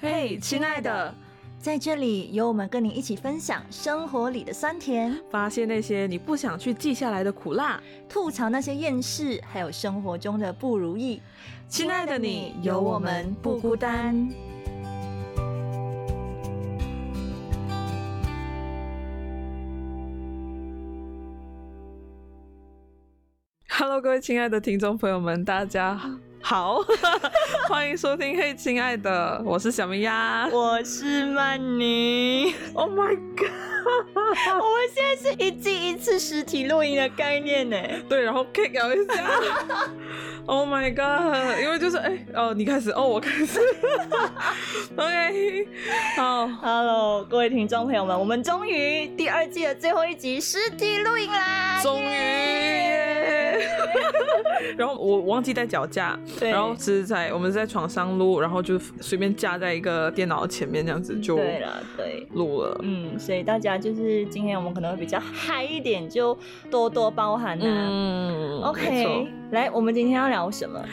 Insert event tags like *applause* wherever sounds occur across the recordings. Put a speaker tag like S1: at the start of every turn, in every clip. S1: 嘿，亲爱的，
S2: 在这里有我们跟你一起分享生活里的酸甜，
S1: 发现那些你不想去记下来的苦辣。
S2: 吐槽那些厌世，还有生活中的不如意。
S1: 亲爱的你，有我们不孤单。。Hello，各位亲爱的听众朋友们，大家好， *laughs* 欢迎收听《嘿，亲爱的》，我是小明呀。
S2: 我是曼妮， *laughs*
S1: Oh my god！
S2: 我们现在是一季一次实体录音的概念呢。
S1: 对，然后 kick out 一
S2: *laughs*
S1: 下。oh my god！因为就是哎、哦，你开始，哦，我开始。OK，好，
S2: Hello，各位听众朋友们，我们终于第二季的最后一集实体录音啦！
S1: 终于。耶然后我忘记带脚架，
S2: 对
S1: 然后是在我们是在床上录，然后就随便架在一个电脑前面这样子就
S2: 对了，对。
S1: 录了。
S2: 嗯，所以大家就是今天我们可能会比较嗨一点，就多多包涵啊。
S1: 嗯
S2: OK，
S1: 没
S2: 来，我们今天要聊什么
S1: 错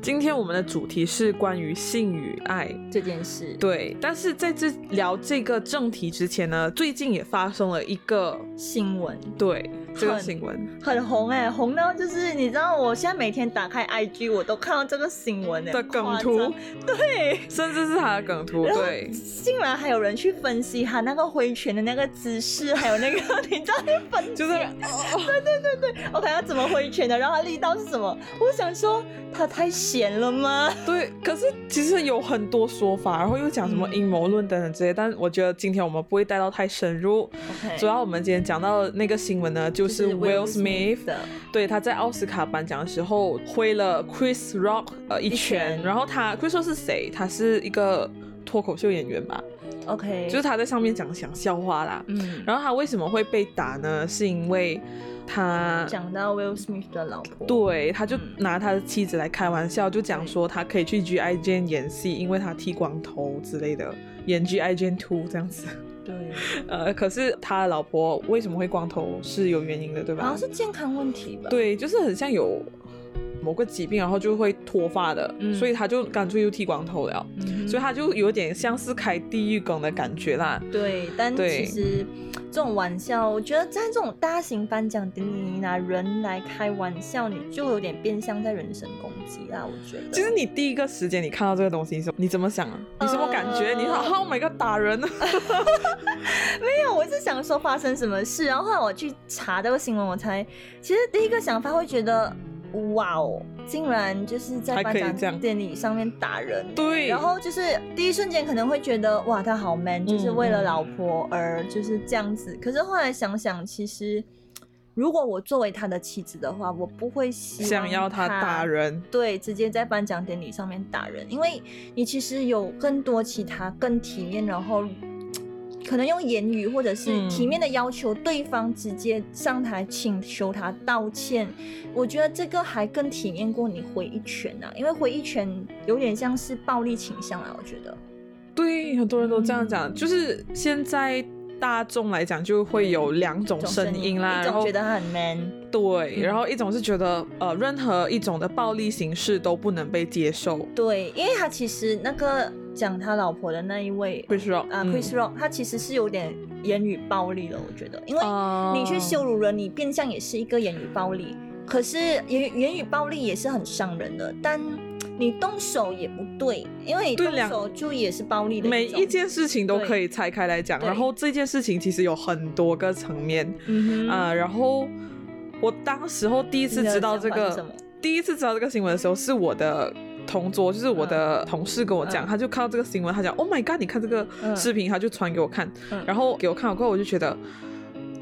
S1: 今天我们的主题是关于性与爱。
S2: 这件事？
S1: 对，但是在这聊这个正题之前呢，最近也发生了一个
S2: 新闻
S1: 对这个
S2: 很
S1: 新闻，
S2: 很红哎、红到就是你知道，我现在每天打开 IG，我都看到这个新闻哎、
S1: 的
S2: 很
S1: 梗
S2: 夸
S1: 图
S2: 张对。
S1: 甚至是他的梗图，
S2: 然后 *laughs*
S1: 对，
S2: 竟然还有人去分析他那个挥拳的那个姿势，还有那个 *laughs* 你知道那个分
S1: 就是哦
S2: 我看他怎么挥拳的，然后他力道是什么？我想说他太闲了吗？
S1: 对。可是其实有很多说法，然后又讲什么
S2: 嗯
S1: 阴谋论等等之类，但我觉得今天我们不会带到太深入。主要我们今天讲到的那个新闻呢，就是 Will Smith，
S2: 的，
S1: 对，他在奥斯卡颁奖的时候挥了 Chris Rock 呃一
S2: 一拳
S1: 拳，然后他 Chris Rock 是谁？他是一个脱口秀演员吧，
S2: OK，
S1: 就是他在上面讲讲笑话啦。
S2: 嗯，
S1: 然后他为什么会被打呢？是因为他
S2: 讲到 Will Smith 的老婆，
S1: 对，他就
S2: 嗯
S1: 拿他的妻子来开玩笑，就讲说他可以去 G I Jane 演戏，因为他剃光头之类的，演 G I Jane Two 这样子。 *laughs*
S2: 对，
S1: 呃，可是他的老婆为什么会光头是有原因的，对
S2: 好
S1: 吧
S2: 像？哦是健康问题吧？，
S1: 对，就是很像有某个疾病，然后就会脱发的，
S2: 嗯
S1: 所以他就干脆就剃光头了，
S2: 嗯、
S1: 所以他就有点像是开地狱梗的感觉啦。
S2: 对，但
S1: 对
S2: 其实这种玩笑，我觉得在这种大型颁奖典礼，你拿人来开玩笑，你就有点变相在人身攻击啦。我觉得，
S1: 其实你第一个时间你看到这个东西，你什你怎么想啊？你什么感觉？你说
S2: 呃
S1: Oh my god，打人！
S2: 没有，我是想说发生什么事，然后后来我去查这个新闻，我才其实第一个想法会觉得，哇哦，竟然就是在
S1: 还可
S2: 颁
S1: 以这样
S2: 奖典礼上面打人。
S1: 对，嗯
S2: 然后就是第一瞬间可能会觉得哇，他好 man，就是为了老婆而就是这样子。可是后来想想，其实如果我作为他的妻子的话，我不会希望
S1: 想要他打。人，
S2: 对，直接在颁奖典礼上面打人，因为你其实有更多其他更体面，然后嘖可能用言语或者
S1: 嗯
S2: 是体面的要求对方直接上台请求他道歉，我觉得这个还更体面过你回一拳呐、啊因为回一拳有点像是暴力倾向啊，我觉得。
S1: 对，很多人都这样讲，
S2: 嗯
S1: 就是现在。大众来讲就会有两种
S2: 这种
S1: 声音啦，
S2: 嗯一
S1: 然后
S2: 种觉得他很 man，
S1: 对，
S2: 嗯
S1: 然后一种是觉得呃任何一种的暴力形式都不能被接受
S2: 对，因为他其实那个讲他老婆的那一位
S1: ，Chris 嗯 Rock
S2: 啊、Chris Rock，他其实是有点言语暴力了，我觉得，因为
S1: 嗯
S2: 你去羞辱人，你变相也是一个言语暴力。可是言言语暴力也是很伤人的，但你动手也不对，因为你
S1: 对
S2: 动
S1: 两
S2: 手就也是暴力的
S1: 每
S2: 种
S1: 一，件事情都
S2: 对
S1: 可以拆开来讲，
S2: 对
S1: 然后这件事情其实有很多个层面
S2: 嗯哼，
S1: 啊、然后我当时候第一次知道这
S2: 你的想法是什
S1: 个
S2: 么，
S1: 第一次知道这个新闻的时候，是我的同桌，就是我的同事跟我讲，
S2: 嗯
S1: 他就看到这个新闻，他讲 Oh my God，你看这个
S2: 嗯
S1: 视频，他就传给我看，
S2: 嗯
S1: 然后给我看了过后，我就觉得，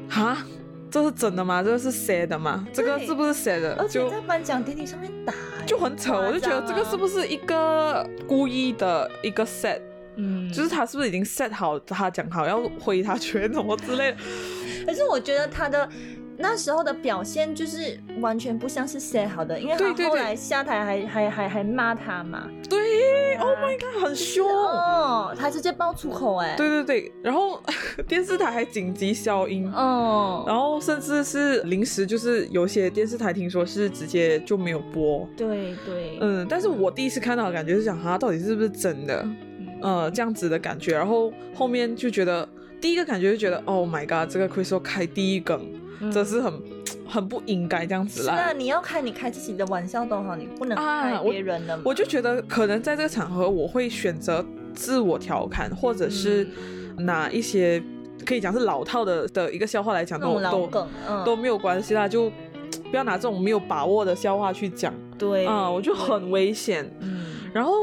S1: 啊，这是真的吗？这个是谁的吗？这个是不是谁的？
S2: 而且
S1: 就
S2: 在颁奖典礼上面打、欸
S1: 就很扯，我就觉得这个是不是一个故意的一个 set，、
S2: 嗯，
S1: 就是他是不是已经 set 好，他讲好要挥他 *laughs* 拳什么之类的？
S2: 可是我觉得他的那时候的表现就是完全不像是写好的，因为
S1: 对对
S2: 他后
S1: 对
S2: 来下台还还还还骂他嘛，
S1: 对
S2: 啊
S1: ，Oh my god，很
S2: 就是
S1: 凶。
S2: 哦，他直接爆粗口哎、欸，
S1: 对对对，然后 *laughs* 电视台还紧急消音，
S2: 哦，
S1: 然后甚至是临时，就是有些电视台听说是直接就没有播。嗯
S2: 对对，
S1: 嗯，但是我第一次看到，的感觉是想，哈，到底是不是真的？
S2: 嗯
S1: 呃这样子的感觉，然后后面就觉得第一个感觉就觉得 Oh my God，这个 Crystal 开第一梗，
S2: 嗯
S1: 这是很很不应该这样子
S2: 是
S1: 啦。
S2: 啊，你要开你开自己的玩笑都好，你不能
S1: 啊
S2: 开
S1: 我
S2: 别人的嘛、
S1: 我就觉得可能在这个场合，我会选择自我调侃，或者是
S2: 嗯
S1: 拿一些可以讲是老套的的一个笑话来讲，
S2: 那
S1: 都
S2: 种老
S1: 都
S2: 梗，嗯，
S1: 都没有关系啦，就不要拿这种没有把握的笑话去讲
S2: 对
S1: 啊、我觉得很危险。
S2: 嗯，
S1: 然后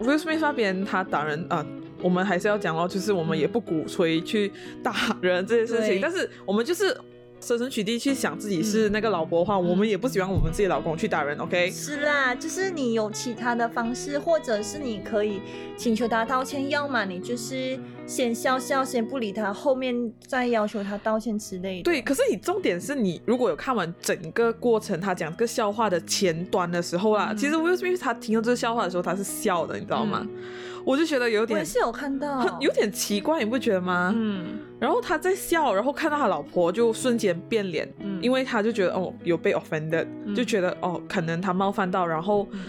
S1: Will Smith 那边他当然啊。我们还是要讲哦，就是我们也不鼓吹去打人这件事情，
S2: 对嗯
S1: 但是我们就是设身处地去想自己是那个老婆的话，我们也不喜欢我们自己老公去打人，OK？
S2: 是啦，就是你有其他的方式，或者是你可以请求他道歉，要么你就是先笑笑，先不理他，后面再要求他道歉之类的。
S1: 对，可是你重点是你如果有看完整个过程，他讲这个笑话的前端的时候啊，
S2: 嗯
S1: 其实 Will Smith 他听到这个笑话的时候，他是笑的，你知道吗？我就觉得有
S2: 我也
S1: 点
S2: 是有看到
S1: *laughs* 很，有点奇怪，你不觉得吗？
S2: 嗯
S1: 然后他在笑，然后看到他老婆就瞬间变脸，
S2: 嗯
S1: 因为他就觉得哦有被 offended，、
S2: 嗯
S1: 就觉得哦可能他冒犯到，然后
S2: 嗯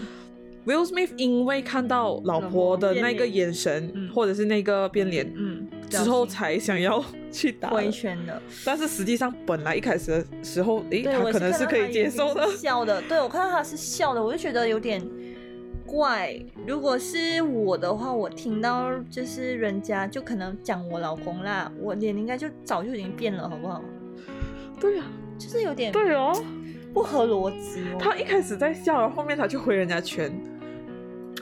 S1: Will Smith 因为看到老
S2: 老
S1: 婆
S2: 婆
S1: 的
S2: 变
S1: 那个
S2: 脸
S1: 眼神、
S2: 嗯
S1: 或者是那个变脸。
S2: 嗯，
S1: 之后
S2: 表情
S1: 才想要去打
S2: 挥
S1: 人
S2: 拳的，
S1: 但是实际上，本来一开始的时候，诶，
S2: 对，
S1: 他
S2: 我
S1: 可能
S2: 看
S1: 是
S2: 到
S1: 可
S2: 他
S1: 以
S2: 已
S1: 接
S2: 经
S1: 受
S2: 是
S1: 的。
S2: 笑的，对我看到他是笑的，我就觉得有点怪。如果是我的话，我听到就是人家就可能讲我老公啦，我脸应该就早就已经变了，好不好？
S1: 对啊，
S2: 就是有点
S1: 对哦，
S2: 不合逻辑哦。
S1: 他一开始在笑，然后后面他就回人家拳。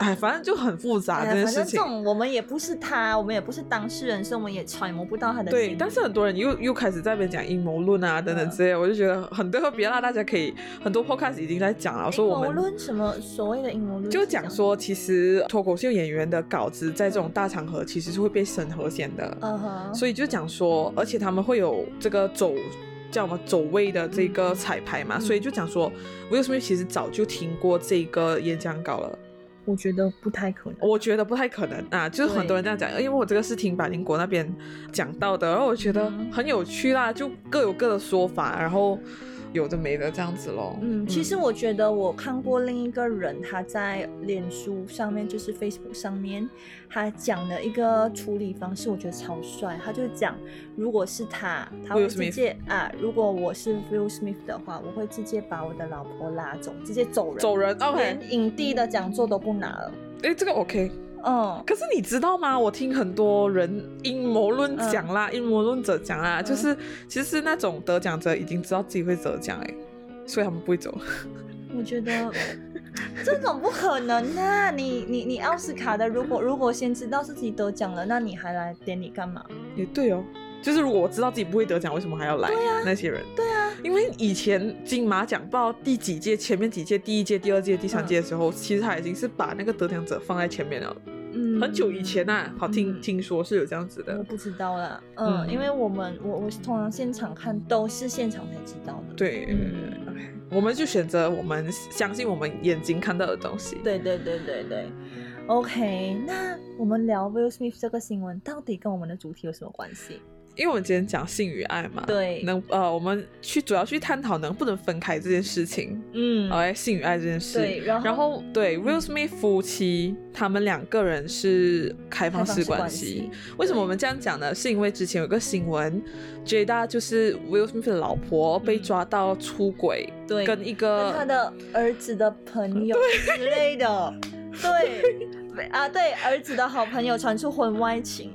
S1: 哎，反正就很复杂
S2: 哎
S1: 这
S2: 呀
S1: 件
S2: 反
S1: 事
S2: 正这
S1: 情。
S2: 种我们也不是他，我们也不是当事人，所以我们也揣摩不到他的心
S1: 对，
S2: 理
S1: 但是很多人又又开始在那边讲阴谋论啊等等之类的，我就觉得很特别啦。大家可以很多 podcast 已经在讲了，说
S2: 阴
S1: 我
S2: 谋
S1: 们
S2: 论什么所谓的阴谋论，
S1: 就讲说，其实脱口秀演员的稿子在这种大场合其实是会被审核先的。
S2: 嗯哼，
S1: 所以就讲说，而且他们会有这个走叫什么走位的这个彩排嘛，
S2: 嗯
S1: 所以就讲说，Will Smith 其实早就听过这个演讲稿了，
S2: 我觉得不太可能。
S1: 我觉得不太可能啊，就是
S2: 对
S1: 很多人这样讲，因为我这个是听百灵果那边讲到的，然后我觉得
S2: 嗯
S1: 很有趣啦，就各有各的说法，然后有的没的这样子咯。
S2: 嗯，其实我觉得我看过另一个人，他在脸书上面，就是 Facebook 上面，他讲的一个处理方式，我觉得超帅。他就讲，如果是他，他会
S1: Will Smith
S2: 直接啊，如果我是 Will Smith 的话，我会直接把我的老婆拉走，直接走人，
S1: 走人，OK，
S2: 连影帝的讲座都不拿了。
S1: 哎，这个 OK。
S2: 嗯，
S1: 可是你知道吗？我听很多人阴谋论讲啦，阴谋论者讲啦，
S2: 嗯
S1: 就是其实那种得奖者已经知道自己会得奖哎、所以他们不会
S2: *laughs*
S1: 走。
S2: 我觉
S1: *laughs*
S2: 得这种不可能啊！你你你奥斯卡的，如果如果先知道自己得奖了，那你还来典礼干嘛？
S1: 也对哦，就是如果我知道自己不会得奖，为什么还要来？那些人，
S2: 对啊，
S1: 因为以前金马奖报第几届、前面几届、第一届、第二届、第三届的时候，其实他已经是把那个得奖者放在前面了。
S2: 嗯，
S1: 很久以前呐、好听
S2: 嗯
S1: 听说是有这样子
S2: 我
S1: 的。
S2: 不知道啦，嗯，
S1: 嗯
S2: 因为我们我我是通常现场看都是现场才知道的。
S1: 对，
S2: 嗯
S1: 哎我们就选择我们相信我们眼睛看到的东西。
S2: 对对对对对，OK，那我们聊 Will Smith 这个新闻到底跟我们的主题有什么关系？
S1: 因为我们今天讲性与爱嘛，
S2: 对
S1: 能呃，我们去主要去探讨能不能分开这件事情，
S2: 嗯
S1: 哎、性与爱这件事。
S2: 对，然后
S1: 然后对 Will Smith 夫妻，他们两个人是开
S2: 开
S1: 放
S2: 放
S1: 式
S2: 式
S1: 关
S2: 关
S1: 系
S2: 系。，
S1: 为什么
S2: 对
S1: 我们这样讲呢？是因为之前有个新闻，Jada 就是 Will Smith 的老婆被
S2: 嗯
S1: 抓到出轨，
S2: 对
S1: 跟一
S2: 跟他
S1: 个
S2: 的儿子的朋友之类的，对，啊，对，儿子的好朋友传出婚外情，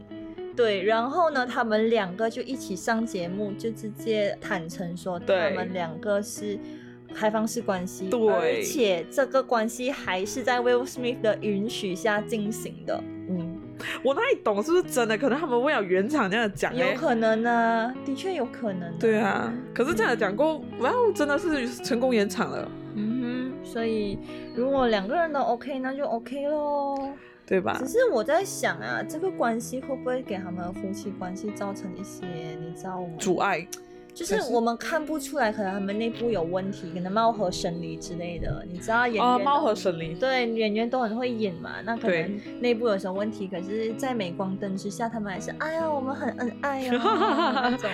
S2: 对，然后呢，他们两个就一起上节目，就直接坦诚说
S1: 对
S2: 他们两个是。开放式关系，
S1: 对
S2: 而且这个关系还是在 Will Smith 的允许下进行的，
S1: 嗯，我哪里懂是不是真的？可能他们为了圆场这样讲、欸，
S2: 有可能啊，的确有可能、
S1: 对，啊。可是这样讲过，哇哦，真的是成功圆场了，
S2: 嗯哼，所以如果两个人都 OK，那就 OK 咯。
S1: 对吧
S2: 只？是我在想啊，这个关系会不会给他们夫妻关系造成一些，你知道吗？
S1: 阻碍。
S2: 就是我们看不出来，可能他们内部有问题，可能貌合神离之类的。嗯你知道演员
S1: 啊，
S2: 都
S1: 貌合神离。
S2: 对演员都很会演嘛，那可
S1: 对
S2: 能内部有什么问题，可是，在镁光灯之下，他们还是哎呀，我们很恩爱哦
S1: *laughs*
S2: 那种。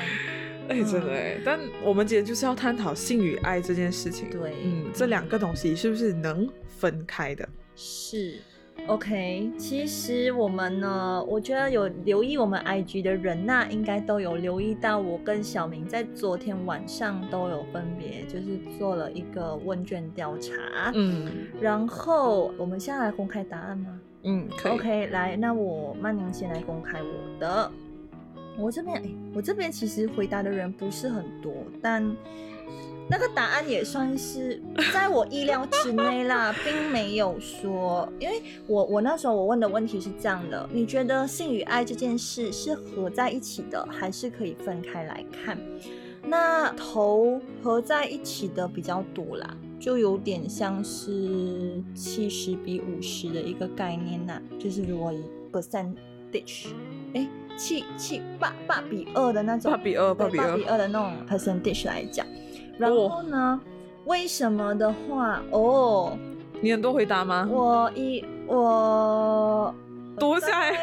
S1: 哎、真的
S2: 嗯
S1: 哎、但我们今天就是要探讨性与爱这件事情。
S2: 对
S1: 嗯，这两个东西是不是能分开的？
S2: 是， OK，其实我们呢，我觉得有留意我们 IG 的人呐、应该都有留意到，我跟小明在昨天晚上都有分别就是做了一个问卷调查，
S1: 嗯
S2: 然后我们现在来公开答案吗
S1: 嗯，可以。
S2: ？OK，来，那我曼宁先来公开我的，我这边哎，我这边其实回答的人不是很多，但。那个答案也算是 *laughs* 在我意料之内
S1: *laughs*
S2: 啦，并没有说，因为我我那时候我问的问题是这样的：你觉得性与爱这件事是合在一起的，还是可以分开来看？那头合在一起的比较多啦，就有点像是七十比五十的一个概念呐、就是如果以 percentage，哎，七七八八比二的那种，
S1: 八比二
S2: 对
S1: 八比二哦
S2: 八比二的那种 percentage 来讲。然后呢，为什么的话，哦，
S1: 你很多回答吗？
S2: 我一我
S1: 多下来。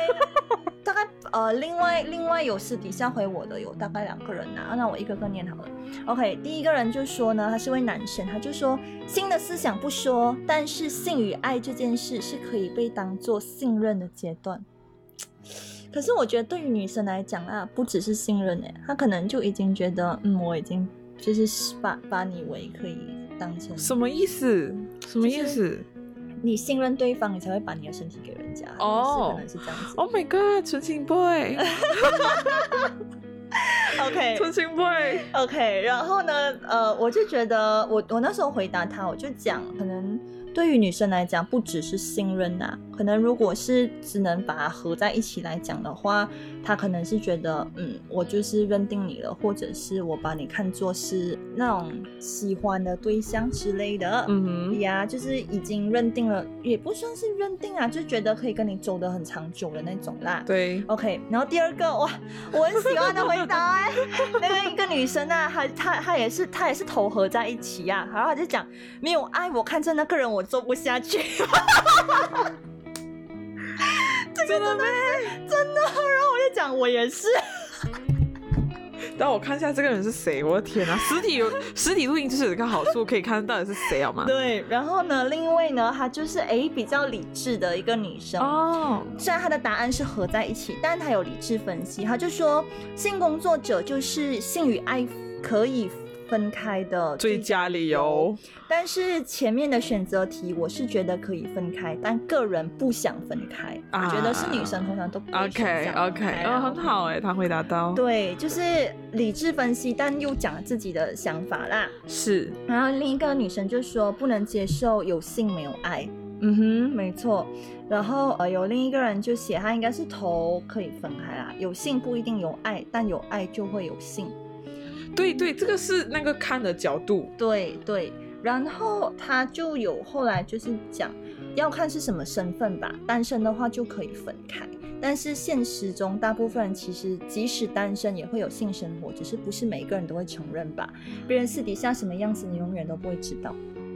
S2: 大概呃，另外另外有私底下回我的有大概两个人呐、啊那我一个个念好了。OK，第一个人就说呢，他是位男生，他就说新的思想不说，但是性与爱这件事是可以被当做信任的阶段。可是我觉得对于女生来讲啊，不只是信任诶、她可能就已经觉得，嗯，我已经就是把把你为可以当成
S1: 什么意思？什么意思
S2: 你信任对方，你才会把你的身体给人家。
S1: 哦
S2: 是可能是这样子。
S1: ？Oh my god，纯情 boy，
S2: 哎 OK，
S1: 纯情 boy，
S2: OK，然后呢，呃，我就觉得我我那时候回答他，我就讲，可能对于女生来讲，不只是信任呐、可能如果是只能把它合在一起来讲的话，她可能是觉得，嗯，我就是认定你了，或者是我把你看作是那种喜欢的对象之类的，
S1: 嗯哼，
S2: 呀，就是已经认定了，也不算是认定啊，就觉得可以跟你走得很长久的那种啦。
S1: 对，
S2: OK，然后第二个哇，我很喜欢的回答哎、那个一个女生啊，她她她也是她也是投合在一起呀、然后她就讲没有爱，我看着那个人我做不下去， *laughs*
S1: 真的吗？
S2: 真的，然后我就讲我也是，
S1: 让我看一下这个人是谁，我的天啊！实体有实体录音就是有一个好处，可以看到底是谁好吗？
S2: *laughs* 对，然后呢，另一位呢，她就是诶比较理智的一个女生，
S1: 哦，
S2: 虽然他的答案是合在一起，但他有理智分析，他就说性工作者就是性与爱可以分开的
S1: 最佳理由。
S2: 但是前面的选择题我是觉得可以分开，但个人不想分开，
S1: 啊
S2: 我觉得是女生通常都不会选
S1: OK
S2: 想分
S1: OK，
S2: 开
S1: 哦，
S2: 啊
S1: 很好哎，他回答到，
S2: 对，就是理智分析，但又讲了自己的想法啦。
S1: 是，
S2: 然后另一个女生就说不能接受有性没有爱。嗯哼，没错。然后呃，有另一个人就写他应该是头可以分开啦，有性不一定有爱，但有爱就会有性。
S1: 对对，这个是那个看的角度，
S2: 对对。然后他就有后来就是讲，要看是什么身份吧，单身的话就可以分开。但是现实中，大部分人其实即使单身也会有性生活，只是不是每个人都会承认吧。别人私底下什么样子，你永远都不会知道。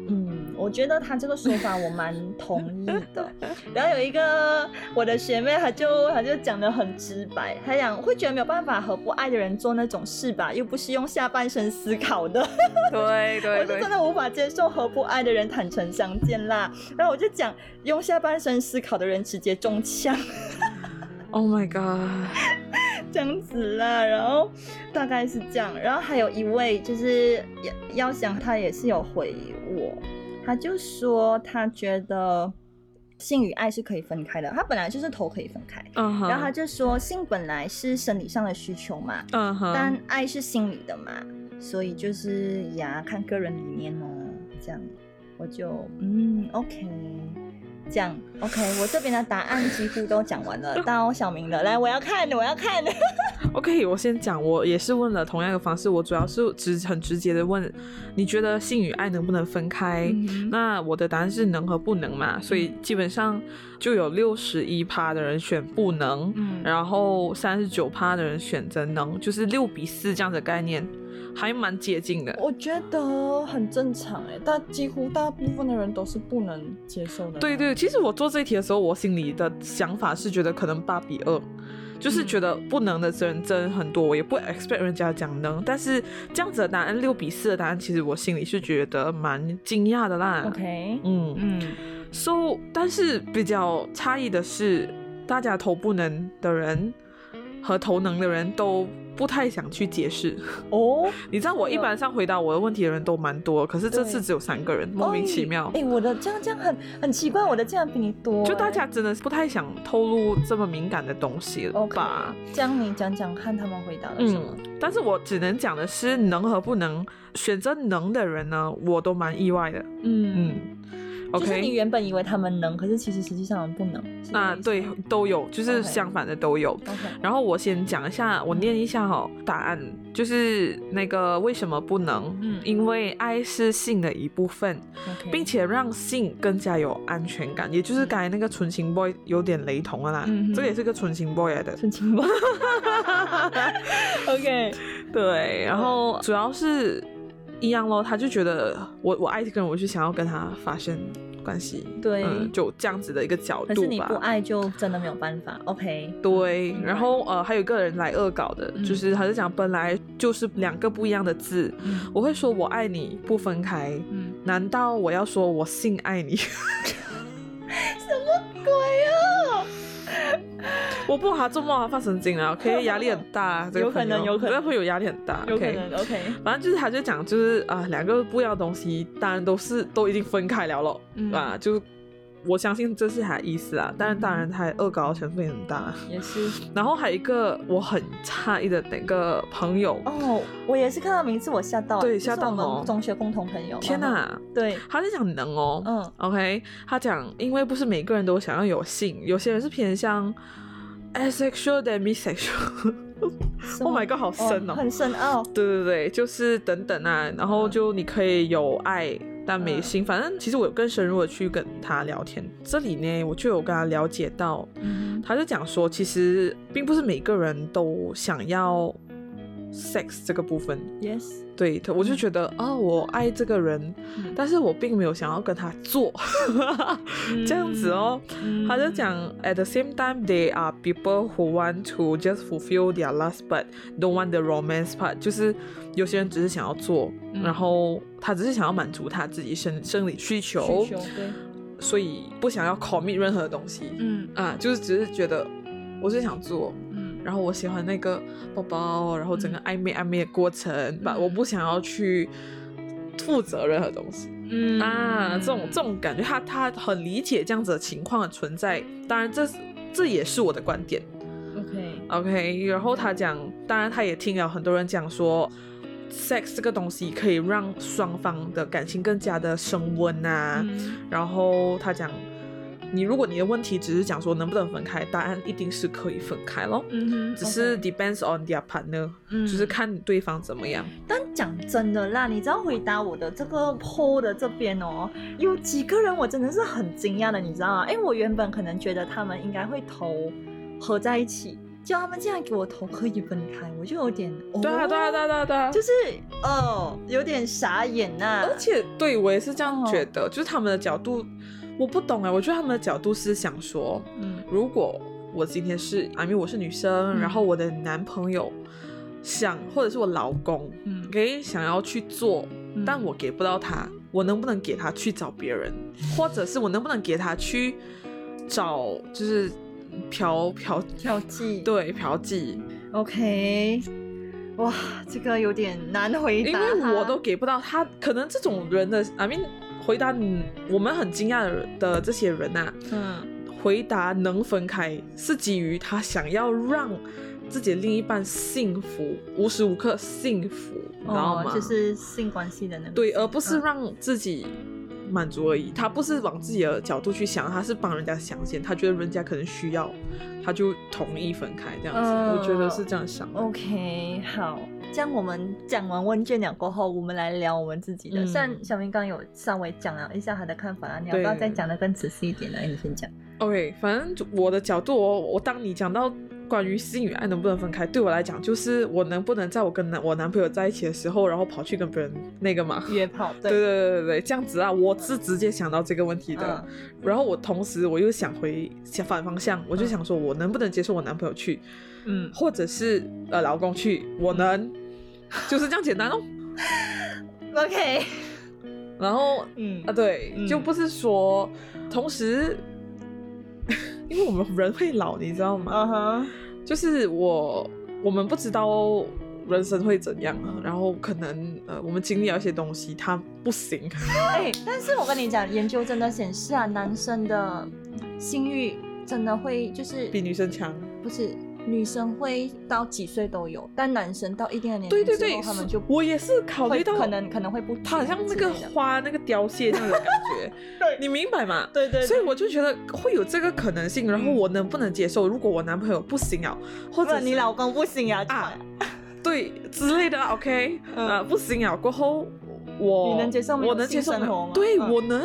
S2: 嗯，我觉得他这个说法我蛮同意的。然后有一个我的学妹，她就她就讲的很直白，她讲会觉得没有办法和不爱的人做那种事吧，又不是用下半身思考的。
S1: 对
S2: 我
S1: 对
S2: 是真的无法接受和不爱的人坦诚相见啦。然后我就讲，用下半身思考的人直接中枪
S1: ，Oh my god，
S2: 这样子啦。然后大概是这样。然后还有一位就是要要想他也是有回我，他就说他觉得性与爱是可以分开的，他本来就是头可以分开。
S1: 嗯哼，
S2: 然后他就说性本来是生理上的需求嘛，
S1: 嗯哼，
S2: 但爱是心理的嘛，所以就是呀，看个人理念哦。这样，我就嗯，OK，这样 OK。我这边的答案几乎都讲
S1: *laughs*
S2: 完了，到小明了，来，我要看，我要看。
S1: OK，我先讲，我也是问了同样的方式，我主要是直很直接的问，你觉得性与爱能不能分开？哎
S2: 嗯
S3: 嗯
S1: 那我的答案是能和不能嘛，所以基本上就有六十一趴的人选不能，
S2: 嗯
S1: 然后三十九趴的人选择能，就是六比四这样的概念，还蛮接近的。
S3: 我觉得很正常哎，但几乎大部分的人都是不能接受的。
S1: 对对，其实我做这一题的时候，我心里的想法是觉得可能八比二，就是
S3: 嗯
S1: 觉得不能的人真很多，我也不 expect 人家讲能，但是这样子的答案六比四的答案，其实我心里是觉得蛮惊讶的啦。
S3: OK，
S1: 嗯
S4: 嗯，
S1: ，so 但是比较诧异的是，大家投不能的人和投能的人都不太想去解释。 *laughs*
S3: 哦，
S1: 你知道我一般上回答我的问题的人都蛮多，可是这次
S3: 对
S1: 只有三个人，莫名其妙。
S3: 哎，我的这样这样很很奇怪，我的竟然比你多欸，
S1: 就大家真的是不太想透露这么敏感的东西了
S3: OK，
S1: 吧
S3: 这样你讲讲看他们回答了什么
S1: 嗯？，但是我只能讲的是，能和不能选择能的人呢，我都蛮意外的。
S3: 嗯
S1: 嗯
S2: 就是你
S1: ，OK，
S2: 原本以为他们能，可是其实实际上他们不能。是这
S1: 那
S2: 个意思
S1: 对
S2: 吗
S1: 都有，就是
S2: OK
S1: 相反的都有。
S2: ，OK，
S1: 然后我先讲一下，我念一下哦，答案就是那个为什么不能？
S4: 嗯
S1: 因为爱是性的一部分，
S2: 嗯
S1: *laughs* 并且让性更加有安全感，也就是刚才那个纯情 boy 有点雷同了啦，
S4: 嗯哼
S1: 这个也是个纯情 boy 来的。
S2: 纯情吧。OK，
S1: 对，然后主要是一样咯，他就觉得我我爱这个人，我就想要跟他发生关系，
S2: 对
S1: 嗯就这样子的一个角
S2: 可
S1: 度
S2: 是你不
S1: 吧。
S2: 爱就真的没有办法。OK，
S1: 对，
S2: 嗯
S1: 然后呃，还有一个人来恶搞的，
S4: 嗯
S1: 就是他是讲本来就是两个不一样的字，
S4: 嗯
S1: 我会说我爱你不分开，
S4: 嗯，
S1: 难道我要说我性爱你？ *laughs*
S2: 对啊，
S1: 我不好做梦啊，发神经啊，OK，压力很大，这个
S2: *laughs* 有可能
S1: 朋友
S2: 有可能
S1: 这个朋友压力很大，
S2: 有可
S1: OK
S2: 能。OK，
S1: 反正就是他就讲，就是啊、呃两个不一样的东西，当然都是都已经分开了咯，
S4: 嗯
S1: 啊，就我相信这是他的意思啊，但是当然他恶搞的成分也很大。
S2: 也是。
S1: 然后还有一个我很诧异的那个朋友，
S2: 哦，我也是看到名字我吓到了，
S1: 对
S2: 这是
S1: 吓到
S2: 我
S1: 哦
S2: 们中学共同朋友。
S1: 天
S2: 然后！
S1: 哪，
S2: 对，
S1: 他在讲能哦、
S2: 嗯
S1: o k 他讲因为不是每个人都想要有性，有些人是偏向 asexual than bisexual。
S2: 什
S1: oh
S2: 么
S1: my god，好深哦，
S2: 很深奥。
S1: 对对对，就是等等啊，然后就你可以有爱但没性，反正其实我有更深入的去跟他聊天，这里呢我就有跟他了解到，
S4: 嗯
S1: 他就讲说，其实并不是每个人都想要 sex 这个部分，
S2: Yes，
S1: 对，他我就觉得哦，我爱这个人，
S4: 嗯
S1: 但是我并没有想要跟他做， *laughs* 这样子哦。
S4: 嗯
S1: 他就讲，at the same time there are people who want to just fulfill their last part, don't want the romance part。就是有些人只是想要做，
S4: 嗯
S1: 然后他只是想要满足他自己生生理需求，
S2: 需求对。
S1: 所以不想要 commit 任何东西、
S4: 嗯
S1: 啊，就是只是觉得我是想做，
S4: 嗯
S1: 然后我喜欢那个包包，然后整个暧昧暧昧的过程，吧、我不想要去负责任何东西。
S4: 嗯
S1: 啊，这种这种感觉，他他很理解这样子的情况的存在。当然这，是这也是我的观点。
S2: OK，
S1: OK，然后他讲，当然他也听了很多人讲说，sex 这个东西可以让双方的感情更加的升温啊。
S4: 嗯
S1: 然后他讲，你如果你的问题只是讲说能不能分开，答案一定是可以分开咯。
S4: 嗯
S1: 只是 depends on their partner，、
S4: 嗯
S1: 就是看对方怎么样。
S2: 但讲真的啦，你知道回答我的这个 PO 的这边哦，有几个人我真的是很惊讶的，你知道吗？因为我原本可能觉得他们应该会投合在一起，结果他们竟然给我投可以分开，我就有点哦，
S1: 对啊，对啊，对啊，对啊，对啊。
S2: 就是哦，有点傻眼呐、
S1: 而且对我也是这样觉得，就是他们的角度，我不懂哎、我觉得他们的角度是想说，
S2: 嗯，
S1: 如果我今天是，因为我是女生，然后我的男朋友想，或者是我老公，
S4: 嗯
S1: 可以想要去做，但我给不到他，我能不能给他去找别人，或者是我能不能给他去找，就是嫖嫖
S2: 跳技
S1: 对嫖妓，
S2: ，OK，哇，这个有点难回
S1: 因
S2: 答嗯哈，
S1: 为我都给不到他，可能这种人的，I mean，回答你我们很惊讶的人的这些人啊，
S2: 嗯
S1: 回答能分开是基于他想要让自己的另一半幸福，无时无刻幸福，你知道
S2: 哦
S1: 吗？，
S2: 就是性关系的那个
S1: 对，
S2: 性
S1: 而不是
S2: 嗯
S1: 让自己满足而已。他不是往自己的角度去想，他是帮人家想先，他觉得人家可能需要，他就同意分开这样子。
S2: 嗯
S1: 我觉得是这样想的。
S2: OK，好，这样我们讲完问卷了过后，我们来聊我们自己的。
S1: 嗯
S2: 虽然小明刚刚有稍微讲了一下他的看法啊，你要不要
S1: 对 *laughs*
S2: 再讲的更仔细一点呢？你先讲。
S1: OK，反正就我的角度哦，我当你讲到关于性与爱能不能分开，对我来讲就是我能不能在我跟男我男朋友在一起的时候，然后跑去跟别人那个 *laughs* 嘛。
S2: 约炮，
S1: 对对对对对，这样子啊，我是直接想到这个问题的。
S2: 嗯
S1: 然后我同时我又想回想反方向，我就想说，我能不能接受我男朋友去，
S2: 嗯，
S1: 或者是呃老公去，我能，就是这样简单哦。嗯
S2: ，OK，
S1: 然后
S2: 嗯
S1: 啊，对，
S2: 嗯
S1: 就不是说同时， *laughs* 因为我们人会老，你知道吗？
S2: 嗯哼，
S1: 就是我我们不知道人生会怎样，啊然后可能呃我们经历了一些东西，它不行。
S2: 哎，但是我跟你讲，研究真的显示啊，男生的性欲真的会就是
S1: 比女生
S2: *laughs*
S1: 强，
S2: 不是女生会到几岁都有，但男生到一定的年龄
S1: 对对
S2: 之后
S1: 对，
S2: 他们
S1: 是
S2: 就
S1: 我也是考虑
S2: 会
S1: 到
S2: 可能可能会不足
S1: 它好像那个
S2: 之类的
S1: 花那个凋谢那样的感觉， *laughs*
S2: 对
S1: 你明白吗？
S2: 对对
S1: 所以
S2: 对
S1: 我就觉得会有这个可能性，然后我能不能接受？如果我男朋友不行啊，或
S2: 嗯不
S1: 者
S2: 然你
S1: 是
S2: 老公不行呀、
S1: 啊对之类的啊，OK，
S2: 嗯
S1: 呃，不行啊，过后我
S2: 你能接受没有
S1: 我能接受
S2: 性生活吗
S1: 对，
S2: 嗯
S1: 我能，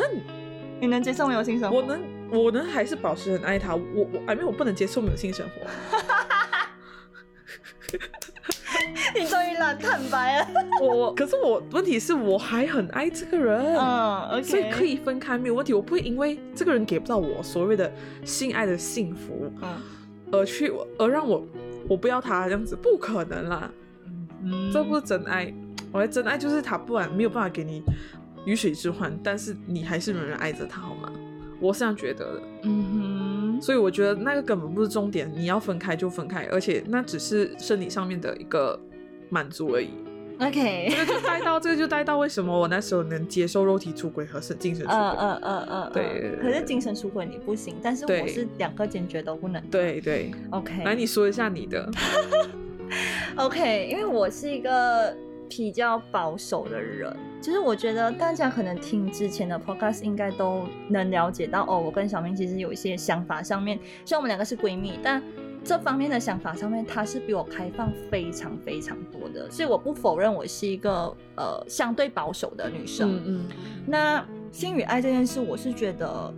S2: 你能接受没有性生活？
S1: 我能，我能还是保持很爱他，我我哎，没有，我不能接受没有性生
S2: *laughs*
S1: 活，
S2: *laughs* 你终于来坦白了。
S1: 我我可是我问题是我还很爱这个人，
S2: 嗯，OK，
S1: 所以可。以分开没有问题，我不会因为这个人给不到我所谓的性爱的幸福，
S2: 嗯，
S1: 而去而让我我不要他这样子，不可能啦，
S2: 嗯
S1: 这不是真爱。我的真爱就是他不然没有办法给你鱼水之欢，但是你还是仍然爱着他，好吗？我是这样觉得的，
S2: 嗯哼，
S1: 所以我觉得那个根本不是重点，你要分开就分开，而且那只是生理上面的一个满足
S2: *laughs*
S1: 而已。
S2: ，OK，
S1: 这个就带到这个就带到为什么我那时候能接受肉体出轨和是精神出轨。
S2: *laughs* 嗯嗯嗯嗯，
S1: 对
S2: 可是精神出轨你不行，但是
S1: 对
S2: 我是两个坚决都不能。
S1: 对对，
S2: ，OK，
S1: 来你说一下你的，
S2: OK，因为我是一个比较保守的人，就是我觉得大家可能听之前的 podcast 应该都能了解到，哦，我跟小明其实有一些想法上面，虽然我们两个是闺蜜，但这方面的想法上面，她是比我开放非常非常多的，所以我不否认我是一个呃相对保守的女生。
S1: 嗯
S2: 那性与爱这件事，我是觉得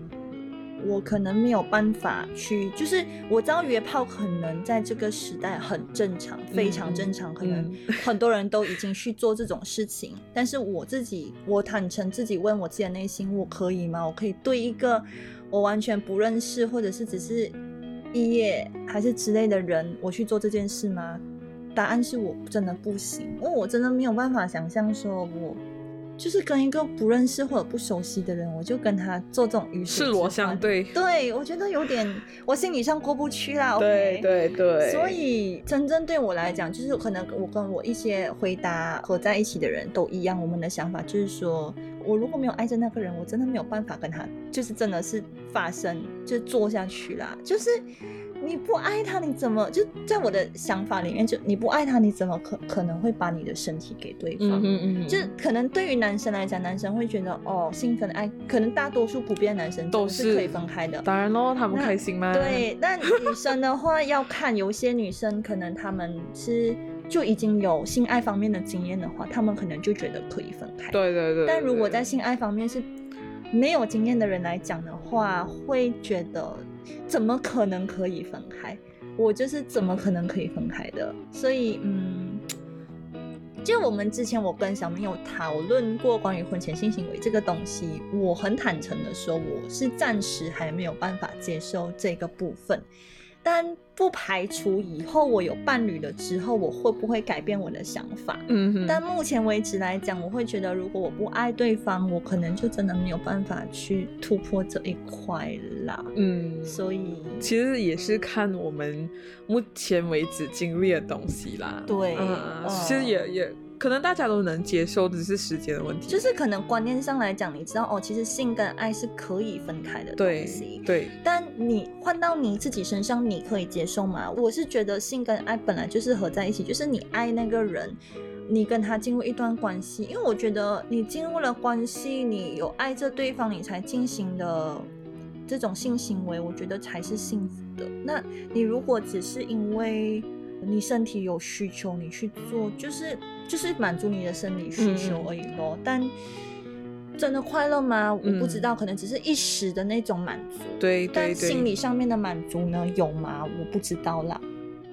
S2: 我可能没有办法去，就是我知道约炮可能在这个时代很正常，非常正常，可能很多人都已经去做这种事情。 *laughs* 但是我自己，我坦诚自己问我自己的内心，我可以吗？我可以对一个我完全不认识，或者是只是一夜还是之类的人，我去做这件事吗？答案是我真的不行，因为我真的没有办法想象说我就是跟一个不认识或者不熟悉的人，我就跟他做这种鱼水
S1: 赤裸
S2: 之欢
S1: 相。对，
S2: 对，我觉得有点，我心理上过不去啦。
S1: 对
S2: OK
S1: 对对，
S2: 所以真正对我来讲，就是可能我跟我一些回答合在一起的人都一样，我们的想法就是说，我如果没有爱着那个人，我真的没有办法跟他，就是真的是发生，就做下去啦。就是你不爱他，你怎么就在我的想法里面，就你不爱他，你怎么可可能会把你的身体给对方？
S1: 嗯嗯嗯，
S2: 就可能对于男生来讲，男生会觉得哦，性跟爱，可能大多数普遍男生
S1: 都
S2: 都是可以
S1: 是
S2: 分开的，
S1: 当然咯，他们
S2: 那
S1: 开心吗？
S2: 对，但女生的话要看，有些女生可能她们是就已经有性爱方面的经验的话，她们可能就觉得可以分开。
S1: 对对对。
S2: 但如果
S1: 对
S2: 在性爱方面是没有经验的人来讲的话，会觉得怎么可能可以分开？我就是怎么可能可以分开的？所以，嗯，就我们之前我跟小明有讨论过关于婚前性行为这个东西，我很坦诚的说，我是暂时还没有办法接受这个部分。但不排除以后我有伴侣了之后，我会不会改变我的想法？
S1: 嗯哼，
S2: 但目前为止来讲，我会觉得如果我不爱对方，我可能就真的没有办法去突破这一块啦。
S1: 嗯，
S2: 所以，
S1: 其实也是看我们目前为止经历的东西啦。
S2: 对
S1: 嗯
S2: 嗯
S1: 其实也也可能大家都能接受，只是时间的问题。
S2: 就是可能观念上来讲，你知道哦，其实性跟爱是可以分开的
S1: 对
S2: 东西。
S1: 对，
S2: 但你换到你自己身上，你可以接受吗？我是觉得性跟爱本来就是合在一起，就是你爱那个人，你跟他进入一段关系，因为我觉得你进入了关系，你有爱着对方，你才进行的这种性行为，我觉得才是幸福的。那你如果只是因为你身体有需求，你去做，就是就是满足你的生理需求而已咯。但真的快乐吗？我不知道，可能只是一时的那种满足。
S1: 对对
S2: 但
S1: 对
S2: 心理上面的满足呢，有吗？我不知道啦。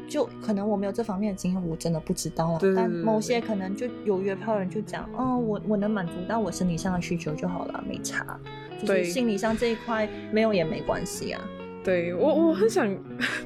S2: 就可能我没有这方面的经验，我真的不知道了
S1: 对。
S2: 但某些可能就有约炮人就讲，哦，我我能满足到我生理上的需求就好了，没差。就是
S1: 对
S2: 心理上这一块没有也没关系啊。
S1: 对我我很想， *laughs*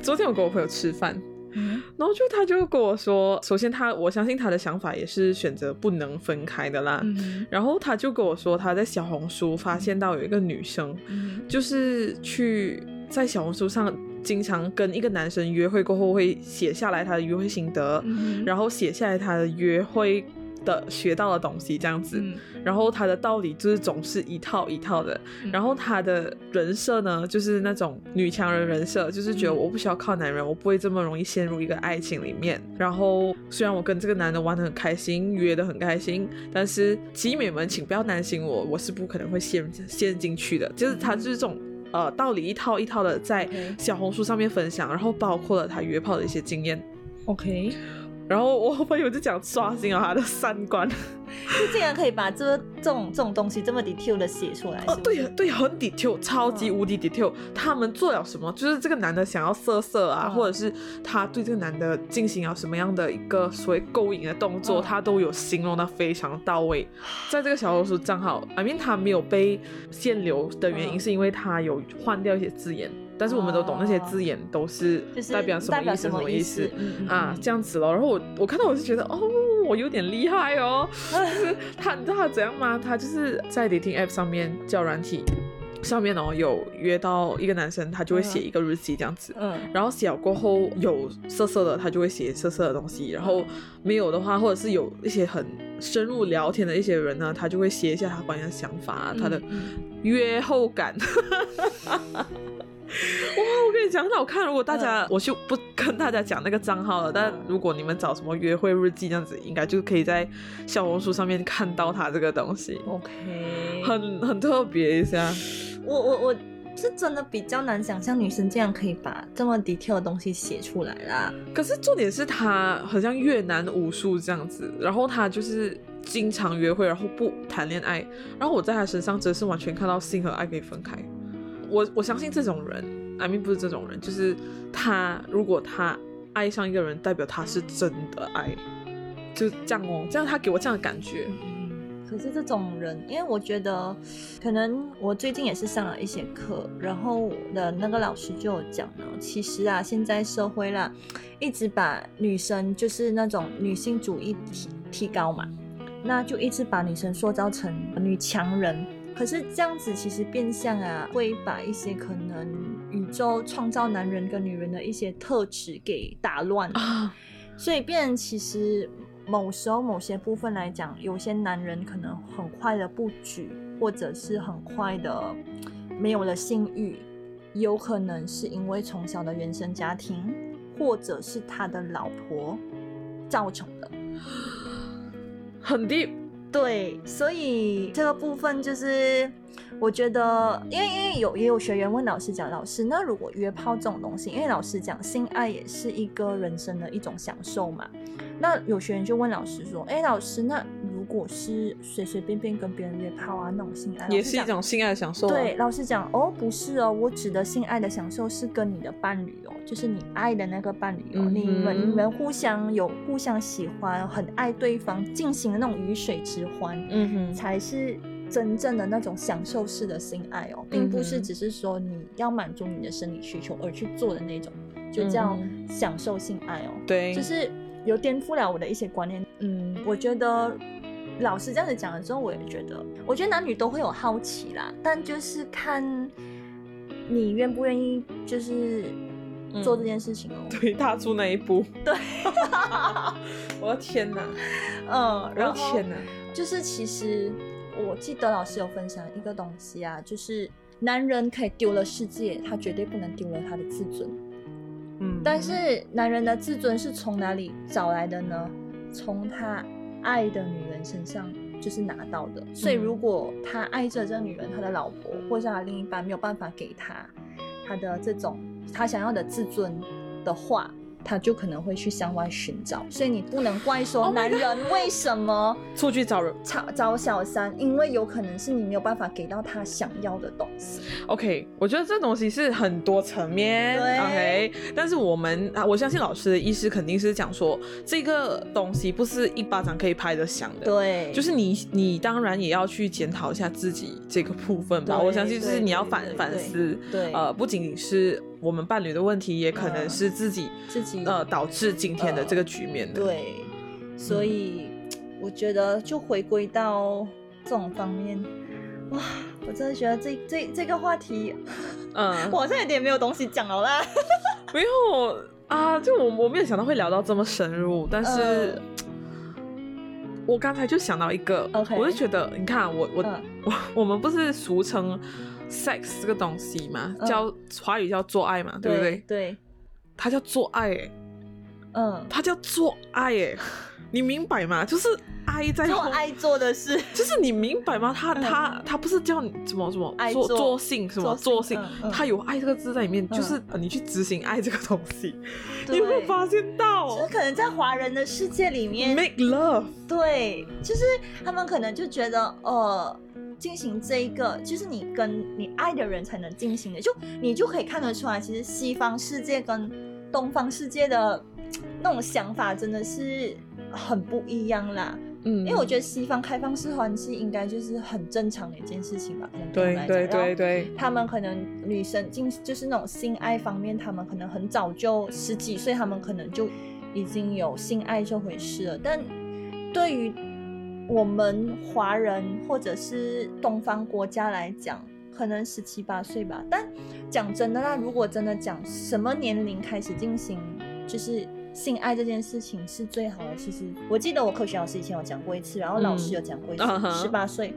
S1: 昨天我跟我朋友吃饭，
S2: 嗯
S1: 然后就他就跟我说，首先他我相信他的想法也是选择不能分开的啦。
S2: 嗯
S1: 然后他就跟我说，他在小红书发现到有一个女生，
S2: 嗯
S1: 就是去在小红书上经常跟一个男生约会过后，会写下来他的约会心得，
S2: 嗯
S1: 然后写下来他的约会的学到的东西这样
S2: 嗯
S1: 子。然后他的道理就是总是一套一套的，
S2: 嗯
S1: 然后他的人设呢，就是那种女强人人设，就是觉得
S2: 嗯
S1: 我不需要靠男人，我不会这么容易陷入一个爱情里面。然后虽然我跟这个男的玩的很开心，约的很开心，但是集美们请不要担心我，我是不可能会陷陷进去的。就是他就是这种。呃，道理一套一套的在
S2: OK
S1: 小红书上面分享，然后包括了他约炮的一些经验，
S2: ，OK，
S1: 然后我朋友就讲刷新了他的三观，
S2: 就竟然可以把这这种这种东西这么 detail 的写出来，
S1: 哦
S2: 是，不是
S1: 对呀，对，很 detail，超级无敌 detail。他们做了什么？就是这个男的想要色色啊，
S2: 嗯
S1: 或者是他对这个男的进行了什么样的一个所谓勾引的动作，
S2: 嗯
S1: 他都有形容的非常到位。在这个小红书账号，I mean，他没有被限流的原因
S2: 嗯
S1: 是因为他有换掉一些字眼，但是我们都懂那些字眼都是
S2: 哦就是
S1: 代表什么意思，
S2: 么
S1: 么意思。
S2: 嗯嗯
S1: 啊
S2: 嗯，
S1: 这样子咯。然后我我看到我就觉得，哦，我有点厉害哦。 *laughs* 就是他，你知道他怎样吗？他就是在 dating app 上面叫软体上面哦，有约到一个男生，他就会写一个日记这样子。
S2: 嗯
S1: 然后写了过后有色色的，他就会写色色的东西；然后没有的话，或者是有一些很深入聊天的一些人呢，他就会写一下他关于他的想法啊、他的约后感。 *laughs* 哇，我跟你讲，很好看。如果大家，我就不跟大家讲那个账号了。但如果你们找什么约会日记这样子，应该就可以在小红书上面看到他这个东西，
S2: OK，
S1: 很很特别一下。
S2: 我我我是真的比较难想象女生这样可以把这么 detail 的东西写出来啦。
S1: 可是重点是他好像越南武术这样子，然后他就是经常约会，然后不谈恋爱，然后我在他身上真是完全看到性和爱可以分开。我我相信这种人，I mean 不是这种人，就是他如果他爱上一个人，代表他是真的爱，就这样哦，这样他给我这样的感觉。
S2: 可是这种人，因为我觉得，可能我最近也是上了一些课，然后我的那个老师就有讲呢，其实啊，现在社会啦，一直把女生就是那种女性主义提提高嘛，那就一直把女生塑造成女强人。可是这样子其实变相啊，会把一些可能宇宙创造男人跟女人的一些特质给打乱了
S1: 啊，
S2: 所以变其实某时候某些部分来讲，有些男人可能很快的布局，或者是很快的没有了性欲，有可能是因为从小的原生家庭，或者是他的老婆造成的。
S1: 很 deep，
S2: 对，所以这个部分就是，我觉得，因为因为有也有学员问老师讲，老师，那如果约炮这种东西，因为老师讲性爱也是一个人生的一种享受嘛，那有学员就问老师说，哎，老师，那如果是随随便便跟别人约炮啊，那种性爱
S1: 也是一。
S2: 老师讲
S1: 种性爱的享受、啊。
S2: 对，，老师讲哦，不是哦，我指的性爱的享受是跟你的伴侣哦，就是你爱的那个伴侣哦，你
S1: 嗯
S2: 们
S1: 哼
S2: 你们互相有互相喜欢，很爱对方，进行的那种鱼水之欢。
S1: 嗯哼，
S2: 才是真正的那种享受式的性爱哦，并不是
S1: 嗯哼
S2: 只是说你要满足你的生理需求而去做的那种，就叫
S1: 嗯
S2: 享受性爱哦。
S1: 对，
S2: 就是有颠覆了我的一些观念。嗯，我觉得老师这样子讲了之后，我也觉得，我觉得男女都会有好奇啦，但就是看你愿不愿意，就是
S1: 嗯
S2: 做这件事情哦。
S1: 对踏出那一步。对， *laughs* 我的天哪，
S2: 嗯，
S1: 我
S2: 然
S1: 的
S2: 后
S1: 天哪，
S2: 就是其实我记得老师有分享一个东西啊，就是男人可以丢了世界，他绝对不能丢了他的自尊。
S1: 嗯，
S2: 但是男人的自尊是从哪里找来的呢？从他爱的女人身上就是拿到的。所以
S1: 嗯
S2: 如果他爱着这女人，他的老婆或是他另一半没有办法给他他的这种他想要的自尊的话，他就可能会去向外寻找。所以你不能怪说
S1: Oh my
S2: 男
S1: God
S2: 人为什么
S1: 出去找人。
S2: 找找小三，因为有可能是你没有办法给到他想要的东西。
S1: OK，我觉得这东西是很多层面
S2: 对
S1: ，OK。但是我们啊，我相信老师的意思肯定是讲说，这个东西不是一巴掌可以拍得响的。
S2: 对，
S1: 就是你，你当然也要去检讨一下自己这个部分吧。
S2: 对
S1: 我相信，就是
S2: 对
S1: 你要
S2: 对
S1: 反
S2: 对
S1: 反
S2: 对
S1: 思，
S2: 对
S1: 呃，不仅仅是我们伴侣的问题，也可能
S2: 嗯
S1: 是自己
S2: 自己
S1: 呃导致今天的这个局面的。
S2: 对，所
S1: 嗯
S2: 以我觉得就回归到这种方面，哇，我真的觉得这这这个话题，
S1: 嗯，
S2: *laughs* 我好像有点没有东西讲了啦。
S1: 没有啊，就我我没有想到会聊到这么深入，但是、
S2: 嗯
S1: 我刚才就想到一个
S2: OK
S1: 我就觉得你看啊我我、
S2: 嗯
S1: 我我们不是俗称 sex 这个东西嘛，
S2: 嗯
S1: 叫华语叫做爱嘛，对不对？
S2: 对，
S1: 它叫做爱、欸，
S2: 嗯，
S1: 它叫做爱、
S2: *laughs*
S1: 欸，你明白吗？就是爱在
S2: 做
S1: 后
S2: 爱做的事，
S1: 就是你明白吗？他
S2: 嗯
S1: 他他不是叫你什么什么
S2: 爱
S1: 做
S2: 做
S1: 做性什么
S2: 做
S1: 做
S2: 性
S1: 性
S2: 嗯嗯，
S1: 他有爱这个字在里面，
S2: 嗯
S1: 就是呃你去执行爱这个东西，
S2: 对
S1: *laughs* 你有没有发现到
S2: 就是可能在华人的世界里面，
S1: ？Make love，
S2: 对，就是他们可能就觉得，呃，进行这一个，就是你跟你爱的人才能进行的，就你就可以看得出来，其实西方世界跟东方世界的那种想法真的是很不一样啦。
S1: 嗯
S2: 因为我觉得西方开放式关系应该就是很正常的一件事情吧，可能对我们
S1: 对对
S2: 来讲然后
S1: 对对，
S2: 他们可能女生进就是那种性爱方面，他们可能很早就十几岁，他们可能就已经有性爱这回事了。但对于我们华人或者是东方国家来讲，可能十七八岁吧。但讲真的啦，如果真的讲什么年龄开始进行，就是。性爱这件事情是最好的。其实我记得我科学老师以前有讲过一次，然后老师
S1: 嗯
S2: 有讲过一
S1: 嗯
S2: 次，
S1: 哼
S2: 十八岁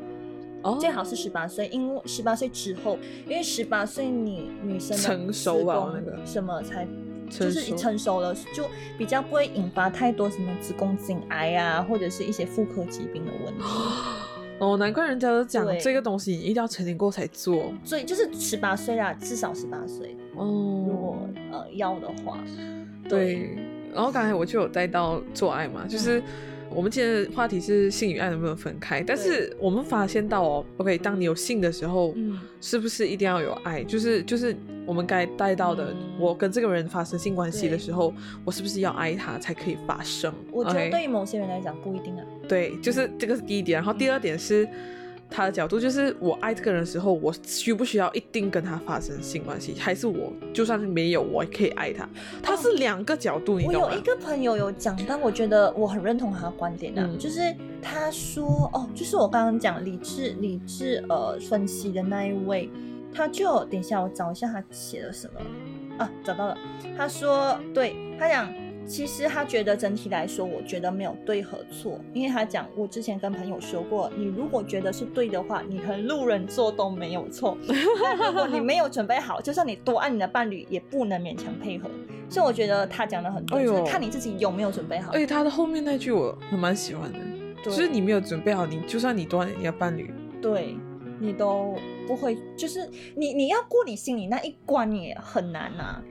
S1: 哦
S2: 最好是十八岁，因为十八岁之后，因为十八岁你女生的
S1: 成熟吧
S2: 子宫
S1: 那个
S2: 什么才就
S1: 成
S2: 是
S1: 熟
S2: 成熟了，就比较不会引发太多什么子宫颈癌啊，或者是一些妇科疾病的问题。
S1: 哦，难怪人家都讲
S2: 对
S1: 这个东西你一定要成年过才做
S2: 所以就是十八岁啊，至少十八岁，如
S1: 哦，
S2: 果呃要的话，
S1: 对。然后刚才我就有带到做爱
S2: 嗯
S1: 嘛，就是。我们今天的话题是性与爱能不能分开，但是我们发现到哦，OK，当你有性的时候，
S2: 嗯，
S1: 是不是一定要有爱？就是就是我们该带到的，
S2: 嗯
S1: 我跟这个人发生性关系的
S2: 对
S1: 时候，我是不是要爱他才可以发生？
S2: 我觉得
S1: OK？
S2: 对于某些人来讲不一定啊。
S1: 对，就是这个是第一点。然后第二点是。他的角度就是，我爱这个人的时候，我需不需要一定跟他发生性关系，还是我就算是没有，我也可以爱他？他是两个角度，你
S2: 哦我
S1: 懂吗
S2: 有一？个朋友有讲，但我觉得我很认同他的观点啊，
S1: 嗯
S2: 就是他说哦，就是我刚刚讲理智理智呃分析的那一位，他就有等一下我找一下他写了什么啊，找到了，他说对他讲。其实他觉得整体来说，我觉得没有对和错，因为他讲我之前跟朋友说过，你如果觉得是对的话，你和路人做都没有错， *laughs* 但如果你没有准备好，就算你多爱你的伴侣，也不能勉强配合。所以我觉得他讲的很对，
S1: 哎
S2: 就
S1: 呦哎
S2: 是看你自己有没有准备好。
S1: 而且他的后面那句我还蛮喜欢的，就
S2: 对
S1: 是你没有准备好，你就算你多爱你的伴侣，
S2: 对你都不会，就是你你要过你心里那一关也很难啊呐、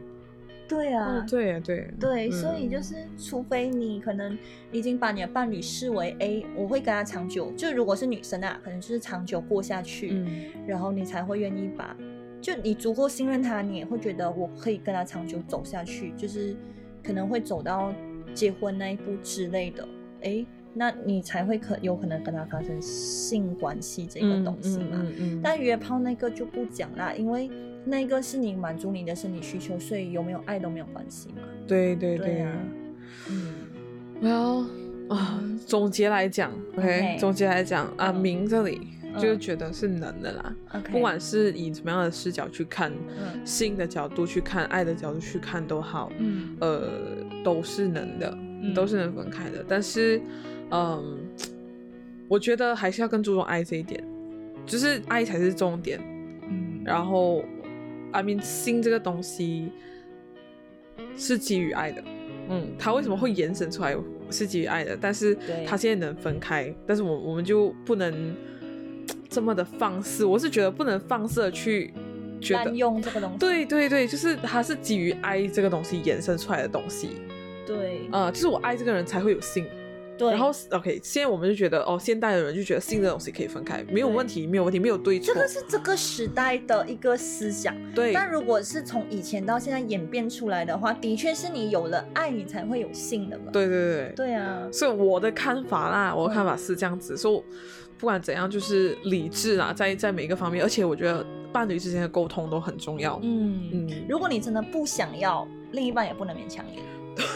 S2: 对啊
S1: 哦，，对呀对耶，
S2: 对，所
S1: 嗯
S2: 以就是，除非你可能已经把你的伴侣视为 A，我会跟他长久，就如果是女生啊，可能就是长久过下去，
S1: 嗯
S2: 然后你才会愿意把，就你足够信任他，你也会觉得我可以跟他长久走下去，就是可能会走到结婚那一步之类的，诶，那你才会可有可能跟他发生性关系这个东西嘛。
S1: 嗯嗯
S2: 但约炮那个就不讲啦，因为那个是你满足你的生理需求，所以有没有爱都没有关系嘛。
S1: 对对对
S2: 啊，嗯，
S1: Well 啊，总结来讲
S2: OK
S1: ，OK，总结来讲啊，
S2: 嗯
S1: 明这里
S2: 嗯
S1: 就觉得是能的啦，
S2: OK，
S1: 不管是以什么样的视角去看，
S2: 嗯
S1: 性的角度去看，爱的角度去看都好，
S2: 嗯
S1: 呃，都是能的，
S2: 嗯
S1: 都是能分开的。但是，嗯，我觉得还是要更注重爱这一点，就是爱才是重点。
S2: 嗯，
S1: 然后，I mean，性这个东西是基于爱的，嗯，它为什么会延伸出来是基于爱的？但是
S2: 对
S1: 它现在能分开，但是我我们就不能这么的放肆，我是觉得不能放肆地去觉得
S2: 滥，用这个东西，
S1: 对对对，就是它是基于爱这个东西延伸出来的东西，
S2: 对
S1: 呃，就是我爱这个人才会有性。
S2: 对，
S1: 然后 OK，现在我们就觉得哦，现代的人就觉得性这东西可以分开，没有
S2: 对
S1: 问题，没有问题，没有对错
S2: 这。个是这个时代的一个思想。
S1: 对，
S2: 但如果是从以前到现在演变出来的话，的确是你有了爱，你才会有性的嘛。
S1: 对对对
S2: 对啊，
S1: 所以我的看法啦，我的看法是这样子，所以不管怎样，就是理智啦，在在每一个方面，而且我觉得伴侣之间的沟通都很重要。
S2: 嗯，
S1: 嗯，
S2: 如果你真的不想要，另一半也不能勉强你。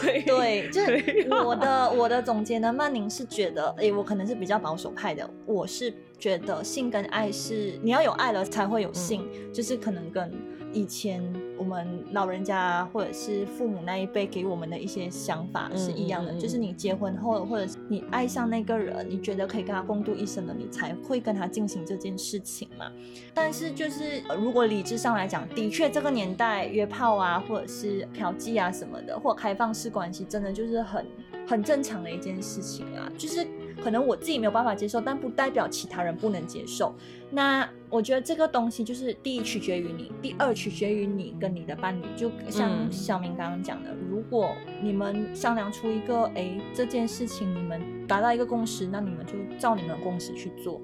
S1: 对
S2: 对，就是
S1: 对
S2: 我的我的总结呢，曼宁是觉得，诶，我可能是比较保守派的，我是觉得性跟爱是你要有爱了才会有性，
S1: 嗯
S2: 就是可能跟以前我们老人家或者是父母那一辈给我们的一些想法是一样的，
S1: 嗯嗯嗯嗯
S2: 就是你结婚后或者是你爱上那个人，你觉得可以跟他共度一生的，你才会跟他进行这件事情嘛。但是就是、呃如果理智上来讲，的确这个年代约炮啊，或者是嫖妓啊什么的，或开放式关系，真的就是很很正常的一件事情啊。就是可能我自己没有办法接受，但不代表其他人不能接受。那我觉得这个东西就是第一取决于你，第二取决于你跟你的伴侣。就像
S1: 嗯
S2: 小明刚刚讲的，如果你们商量出一个，哎，这件事情你们达到一个共识，那你们就照你们的共识去做。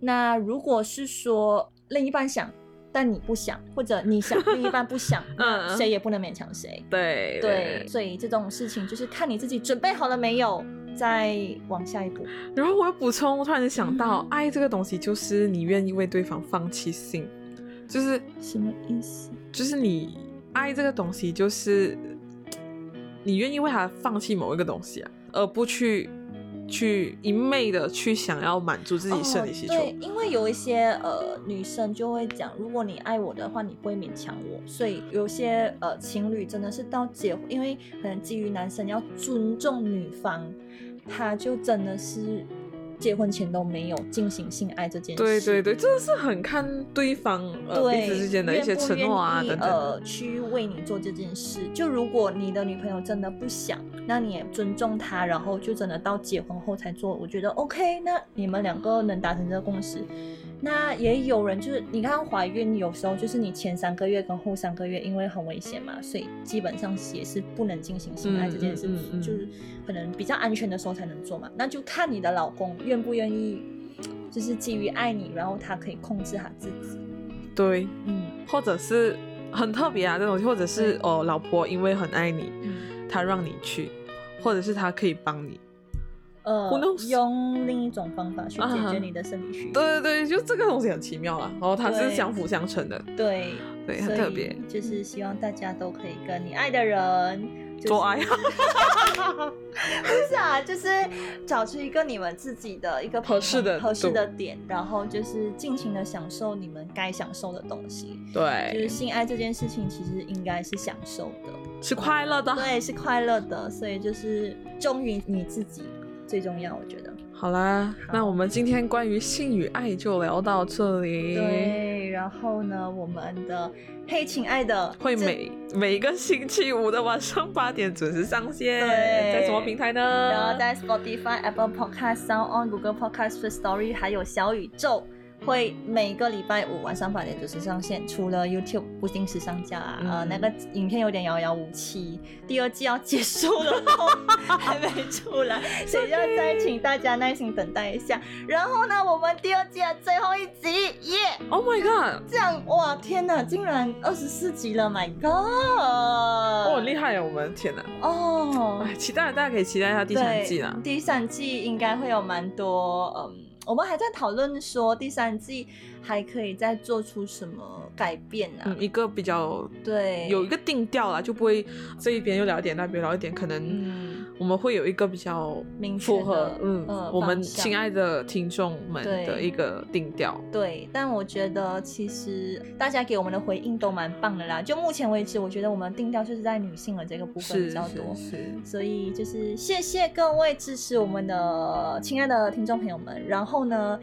S2: 那如果是说另一半想，但你不想，或者你想另一半不
S1: *laughs*
S2: 想，那
S1: 嗯
S2: 谁也不能勉强谁。
S1: 对
S2: 对，。所以这种事情就是看你自己准备好了没有，再往下一步。
S1: 然后我又补充，我突然想到，爱这个东西就是你愿意为对方放弃性，就是
S2: 什么意思？
S1: 就是你爱这个东西，就是你愿意为他放弃某一个东西啊，而不去去一昧的去想要满足自己生理需求。
S2: 哦。对，因为有一些呃女生就会讲，如果你爱我的话，你不会勉强我。所以有些呃情侣真的是到结婚，因为可能基于男生要尊重女方，他就真的是结婚前都没有进行性爱这件事。
S1: 对对对，真的是很看对方呃
S2: 嗯对
S1: 彼此之间的一些承诺啊
S2: 愿
S1: 等
S2: 不愿意
S1: 等。
S2: 呃，去为你做这件事。就如果你的女朋友真的不想，那你也尊重她，然后就真的到结婚后才做。我觉得 OK，那你们两个能达成这个共识。那也有人就是，你看怀孕有时候就是你前三个月跟后三个月，因为很危险嘛，所以基本上也是不能进行性爱这件事情，
S1: 嗯嗯嗯嗯
S2: 就是可能比较安全的时候才能做嘛。那就看你的老公愿不愿意，就是基于爱你，然后他可以控制他自己。
S1: 对，
S2: 嗯，
S1: 或者是很特别啊这种西，或者是
S2: 对
S1: 哦，老婆因为很爱你，
S2: 嗯
S1: 她让你去，或者是她可以帮你。
S2: 呃
S1: Who knows？
S2: 用另一种方法去解
S1: 啊
S2: 决你的生理需求。
S1: 对对对，就这个东西很奇妙啊啦，然后它是
S2: 对
S1: 相辅相成的，
S2: 对
S1: 对，
S2: 所
S1: 很
S2: 以
S1: 特别。
S2: 就是希望大家都可以跟你爱的人、 *laughs* 就是、
S1: 做爱，啊
S2: 不是啊，就是找出一个你们自己的一个
S1: 合适的
S2: 合适
S1: 度
S2: 的点，然后就是尽情的享受你们该享受的东西。就是
S1: 对，
S2: 性爱这件事情，其实应该是享受的，
S1: 是快乐的。
S2: 对，是快乐的，所以就是忠于你自己最重要，我觉得。
S1: 好啦，那我们今天关于性与爱就聊到这里。，
S2: 对，然后呢，我们的嘿，亲爱的，
S1: 会
S2: 这
S1: 每每个星期五的晚上八点准时上线，
S2: 对
S1: 在什么平台呢？
S2: 然后在 Spotify、Apple Podcast、Sound On、Google Podcast、First Story 还有小宇宙，会每个礼拜五晚上八点准时上线。除了 YouTube 不定时上架，呃，
S1: 嗯
S2: 那个影片有点遥遥无期，第二季要结束了， *laughs* 还没出来，所以要再请大家耐心等待一下。然后呢，我们第二季的最后一集，耶、
S1: Oh my god！
S2: 这样哇，天哪，竟然二十四集了，My God！
S1: 哦，
S2: 哦
S1: 很厉害啊！我们天哪，
S2: 哦
S1: 哎，期待大家可以期待一下第三
S2: 对
S1: 季啦。
S2: 第三季应该会有蛮多，嗯，我们还在讨论说第三季还可以再做出什么改变啊？
S1: 嗯，一个比较
S2: 对，
S1: 有一个定调啦，就不会这一边又聊一点，那边又聊一点，可能
S2: 嗯
S1: 我们会有一个比较
S2: 明确
S1: 符合
S2: 的
S1: 嗯
S2: 呃
S1: 我们
S2: 方向
S1: 亲爱的听众们
S2: 对
S1: 的一个定调。
S2: 对，但我觉得其实大家给我们的回应都蛮棒的啦。就目前为止，我觉得我们定调就是在女性的这个部分
S1: 是
S2: 比较
S1: 是
S2: 多。 *laughs*
S1: 是，
S2: 所以就是谢谢各位支持我们的亲爱的听众朋友们。然后呢，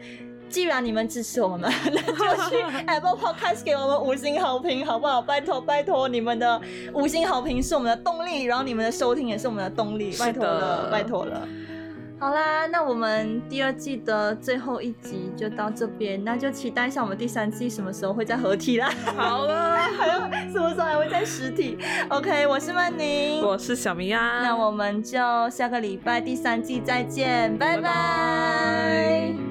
S2: 既然你们支持我们， *laughs* 那就去 Apple Podcast 给我们五星好评，好不好？拜托拜托，你们的五星好评是我们的动力，然后你们的收听也是我们的动力，
S1: 是
S2: 拜托了，
S1: 的
S2: 拜托了。好啦，那我们第二季的最后一集就到这边，那就期待一下我们第三季什么时候会再合体啦， *laughs*
S1: 好了，
S2: 还有什么时候还会再实体？OK，我是曼宁，
S1: 我是小明啊呀。
S2: 那我们就下个礼拜第三季再见，拜
S1: 拜
S2: 拜